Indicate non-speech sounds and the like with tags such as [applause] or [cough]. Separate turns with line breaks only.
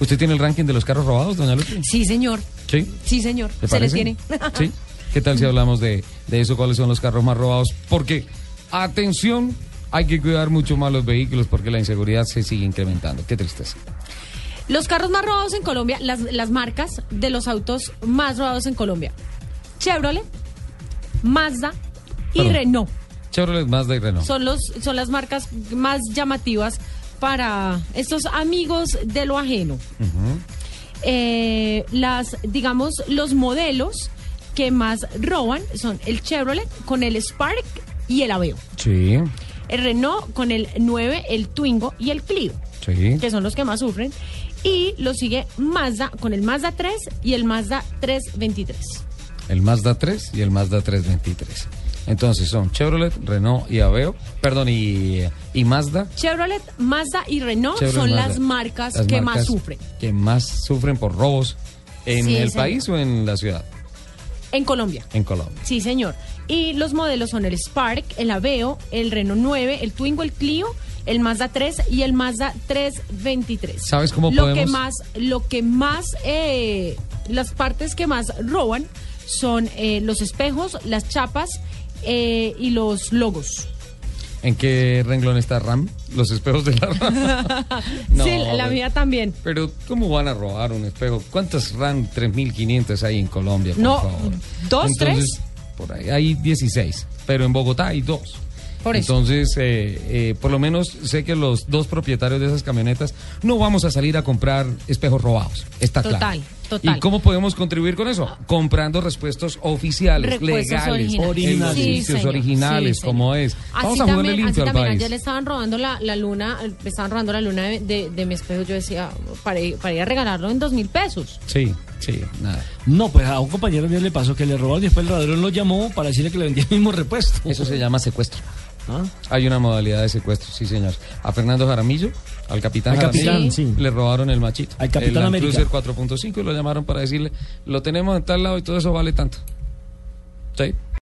¿Usted tiene el ranking de los carros robados, doña Lupe?
Sí, señor.
¿Sí?
Sí, señor.
¿Le
Se les
parece?
tiene. [laughs]
¿Sí? ¿Qué tal si hablamos de, de eso? ¿Cuáles son los carros más robados? Porque, atención, hay que cuidar mucho más los vehículos porque la inseguridad se sigue incrementando. Qué tristeza.
Los carros más robados en Colombia, las, las marcas de los autos más robados en Colombia. Chevrolet, Mazda y
Perdón.
Renault.
Chevrolet, Mazda y Renault.
Son, los, son las marcas más llamativas para estos amigos de lo ajeno. Eh, las, digamos, los modelos que más roban son el Chevrolet con el Spark y el Aveo.
Sí,
El Renault con el 9, el Twingo y el Clio,
sí.
que son los que más sufren. Y lo sigue Mazda con el Mazda 3 y el Mazda 323.
El Mazda 3 y el Mazda 323. Entonces son Chevrolet, Renault y Aveo, perdón, y, y Mazda.
Chevrolet, Mazda y Renault
Chevrolet,
son
Mazda.
las marcas
Las
que más
marcas
sufren
Que más sufren por robos en
Sí,
el
señor.
país o en la ciudad,
en Colombia.
en Colombia.
Sí, señor. Y los modelos son el Spark, el Aveo, el Renault 9, el Twingo, el Clio, el Mazda 3 y el Mazda 323.
¿Sabes cómo
lo
podemos-
Que más, lo que más, eh, las partes que más roban son eh, los espejos, las chapas eh, y los logos.
¿En qué renglón está RAM? Los espejos de la RAM. No,
[laughs] sí, la
pero-
mía también.
Pero, ¿cómo van a robar un espejo? ¿Cuántas RAM 3500 hay en Colombia? por
No,
favor?
¿dos,
Entonces,
tres?
Por ahí hay 16, pero en Bogotá hay dos.
Por eso.
Entonces, eh, eh, por lo menos sé que los dos propietarios de esas camionetas no vamos a salir a comprar espejos robados. Está claro.
Total, total. Ah.
¿Y cómo podemos contribuir con eso? Comprando respuestos oficiales,
Repuestos
legales,
originales.
en los
Sí,
sitios
señor.
originales,
Sí, señor.
como es.
Así
vamos a jugarle
también, así
limpio al
también,
país.
Ayer le estaban robando la, la luna, eh, le estaban robando la luna de, de- de mi espejo. Yo decía, para ir, para ir a regalarlo en dos mil pesos.
Sí, sí, nada.
No, pues a un compañero mío le pasó que le robó y después el ladrón lo llamó para decirle que le vendía el mismo repuesto.
Eso se llama secuestro.
¿Ah?
Hay una modalidad de secuestro, sí, señor. A Fernando Jaramillo, al capitán,
Al capitán,
Jaramillo,
sí.
le robaron el machito.
Al capitán
el Land
América.
Cruiser 4.5 y lo llamaron para decirle, lo tenemos en tal lado y todo eso vale tanto. Sí.